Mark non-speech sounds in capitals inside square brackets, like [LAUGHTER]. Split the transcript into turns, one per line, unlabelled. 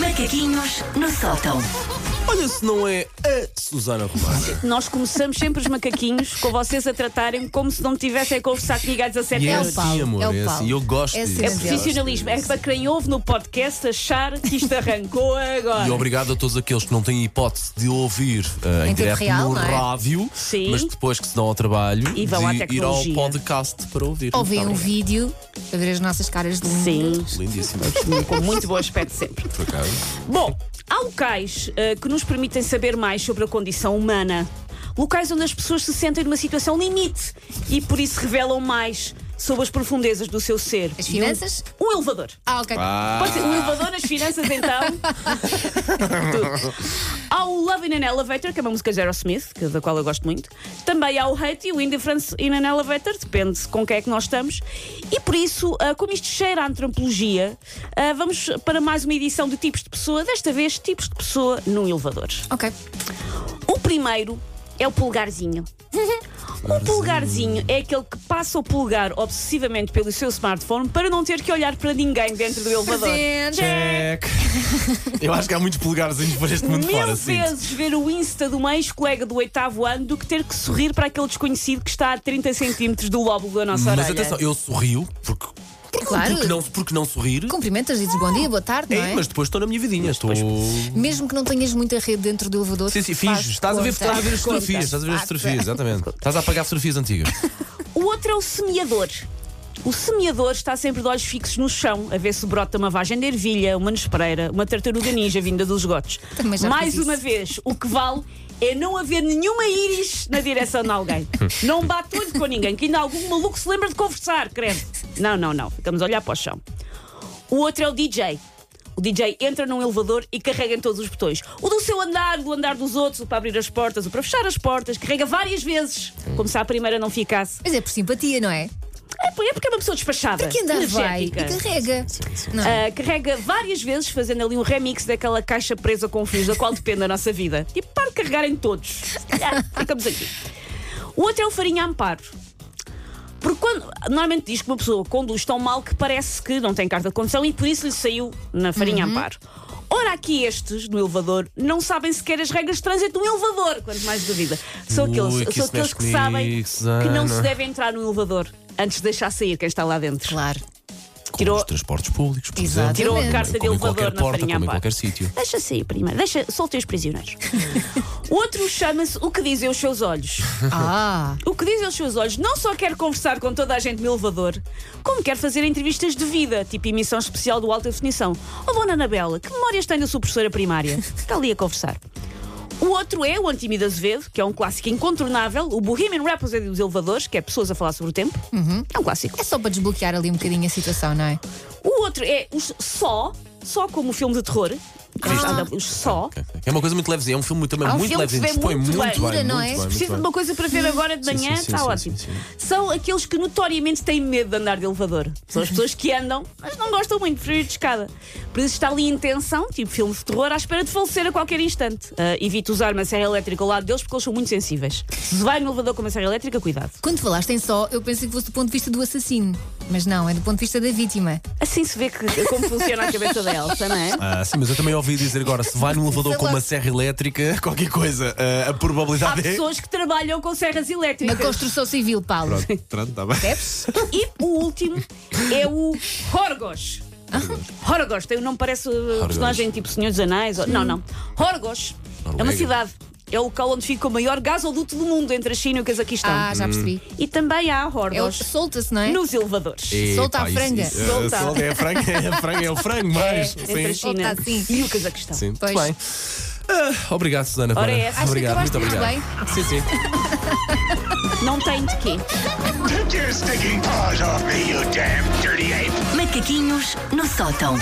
Macaquinhos no sótão.
Olha se não é a Susana Romana.
Nós começamos sempre os macaquinhos com vocês a tratarem como se não me tivessem a conversar comigo há 17
E é,
anos.
assim, amor.
é o
É,
Paulo.
assim. Eu gosto
É
disso.
assim,
É
Deus.
profissionalismo. É para quem ouve no podcast achar que isto arrancou
E
agora.
obrigado a todos aqueles que não têm hipótese de ouvir eh, em,
Em tempo
direto
real,
no
não é?
rádio,
Sim.
mas depois que se dão ao trabalho
E vão à
de ir ao
tecnologia.
podcast para ouvir.
Ou vêem
Muito
um
obrigado.
vídeo a ver as nossas caras de um- lindo.
Sim,
Lindíssimo.
[LAUGHS] com muito bom aspecto sempre.
por acaso.
Bom, há locais eh, que nos permitem saber mais sobre a condição humana. Locais onde as pessoas se sentem numa situação limite e por isso revelam mais sobre as profundezas do seu ser.
As finanças?
Um elevador.
Ah, ok.
Pode ser um elevador nas finanças, então. Tudo. Há o Love in an Elevator, que é uma música de Aerosmith, que- da qual eu gosto muito. Também há o Hate e o Indifference in an Elevator, depende com quem é que nós estamos. E por isso, ah, como isto cheira à antropologia, ah, vamos para mais uma edição de tipos de pessoa, desta vez tipos de pessoa num elevador.
Ok.
O primeiro é o polegarzinho. O polegarzinho é aquele que passa o polegar obsessivamente pelo seu smartphone para não ter que olhar para ninguém dentro do elevador.
Presente.
Check. Eu acho que há muitos polegarzinhos para este mundo fora.
Mil
assim.
vezes ver o Insta do meu ex-colega do oitavo ano do que ter que sorrir para aquele desconhecido que está a 30 centímetros do lóbulo da nossa
Mas
orelha.
atenção, eu sorrio porque. porque-
Claro.
Porque não, porque não sorrir?
Cumprimentas, dizes bom dia, boa tarde, não
Ei,
é?
mas depois estou na minha vidinha. Estou.
Mesmo que não tenhas muita rede dentro do elevador.
Sim, sim,
faz
finges. Estás a ver,
conta.
estás a ver as
Conta.
fotografias, estás a ver as
Faça.
fotografias, exatamente. Estás a apagar fotografias
[LAUGHS]
antigas.
O outro é o semeador. O semeador está sempre de olhos fixos no chão, a ver se brota uma vagem de ervilha, uma nespreira, uma tartaruga ninja vinda dos gotos.
Também já
Mais
fiz isso.
uma vez, o que vale é não haver nenhuma íris na direção de
[LAUGHS]
alguém. Não bate olho com ninguém, que ainda algum maluco se lembra de conversar, credo. Não, não, não. Ficamos a olhar para o chão. O outro é o DJ. O DJ entra num elevador e carrega em todos os botões. O do seu andar, do andar dos outros, o para abrir as portas, o para fechar as portas, carrega várias vezes, como se a primeira não ficasse.
Mas é por simpatia, não é?
É, pô, é porque é uma pessoa despachada.
Que andar vai e
energética.
carrega. Não é?
Ah, carrega várias vezes, fazendo ali um remix daquela caixa presa com fios, da qual depende a nossa vida. E para de carregar em todos. Ah, ficamos aqui. O outro é o farinha amparo. Porque quando, normalmente diz que uma pessoa conduz tão mal que parece que não tem carta de condução e por isso lhe saiu na farinha
Uhum.
amparo. Ora, aqui estes, no elevador, não sabem sequer as regras de trânsito do elevador, quanto mais da vida. São
Ui,
aqueles,
que
são
isso mexe
aqueles que sabem
comigo,
que não se
Susana.
deve entrar no elevador antes de deixar sair quem está lá dentro.
[LAUGHS]
Claro.
Como
Tirou-
os transportes públicos, por
Exato.
exemplo.
Tirou a
Exatamente.
carta de
Como em
elevador
qualquer
na
porta,
farinha
como em
à
qualquer
parte.
sítio.
Deixa sair, prima. Deixa, soltem os prisioneiros. o outro chama-se O que dizem os seus olhos.
Ah,
O que dizem os seus olhos não só quer conversar com toda a gente no elevador, como quer fazer entrevistas de vida, tipo emissão especial do Alta Definição. Ó, dona Anabela, que memórias tem da sua professora primária? Está ali a conversar. O outro é o Antímido Azevedo, que é um clássico incontornável, o Bohemian Rhapsody dos elevadores, que é pessoas a falar sobre o tempo. É um clássico.
é só para desbloquear ali um bocadinho a situação, não é?
O outro é os só, só como o filme de terror. Ah, Os só.
Ok, ok. É uma coisa muito levezinha, é um filme muito, também
Há um
muito
filme que se
levezinho,
vê
dispõe
muito
muito bem.
bem.
Dura, não
muito
é?
bem, muito
Preciso de
bem.
uma coisa para ver agora de
Sim, sim,
manhã,
sim,
está
sim,
ótimo.
sim, sim.
São aqueles que notoriamente têm medo de andar de elevador. São as pessoas que andam, mas não gostam muito, preferir de escada. Por isso está ali em tensão, tipo filme de terror, à espera de falecer a qualquer instante. Ah, evite usar uma serra elétrica ao lado deles porque eles são muito sensíveis. Se vai no elevador com uma serra elétrica, cuidado.
Quando falaste em só, eu pensei que fosse do ponto de vista do assassino. Mas não, é do ponto de vista da vítima.
Assim se vê que, como funciona a cabeça da Elsa, não é?
Ah, sim, mas eu também ouvi dizer agora: se vai no elevador
Sei
com
lá.
uma serra elétrica, [LAUGHS] qualquer coisa, ah, a
Há
probabilidade é.
pessoas que trabalham com serras
Na
elétricas.
construção civil, Paulo.
Pronto, tá
É,
bem.
Percebes?
E o último é o Horgos.
Ah?
Horgos, tem o nome, parece uh, personagem tipo Senhor dos Anéis. ou- Não, não. Horgos é uma
Noruega.
cidade. É o local onde fica o maior gasoduto do mundo entre a China e o Cazaquistão.
Ah,
Hum.
já percebi.
E também há
É o
Horgos
solta-se, não é?
nos elevadores.
Epá,
Solta a
isso-
franga.
isso-
Solta.
ah, solta, É a franga, é a franga, é o frango mais.
É, entre a
Sim.
China
Opa, sim.
e o Cazaquistão.
Sim, muito
Pois.
bem. Ah, obrigado, Susana.
Ora,
Vara.
é essa. Acho que
Obrigado, muito
acabaste muito
obrigado. Sim, sim.
Não tem de quê.
Take your stinking paws off me, you damn dirty ape!
Macaquinhos no sótão.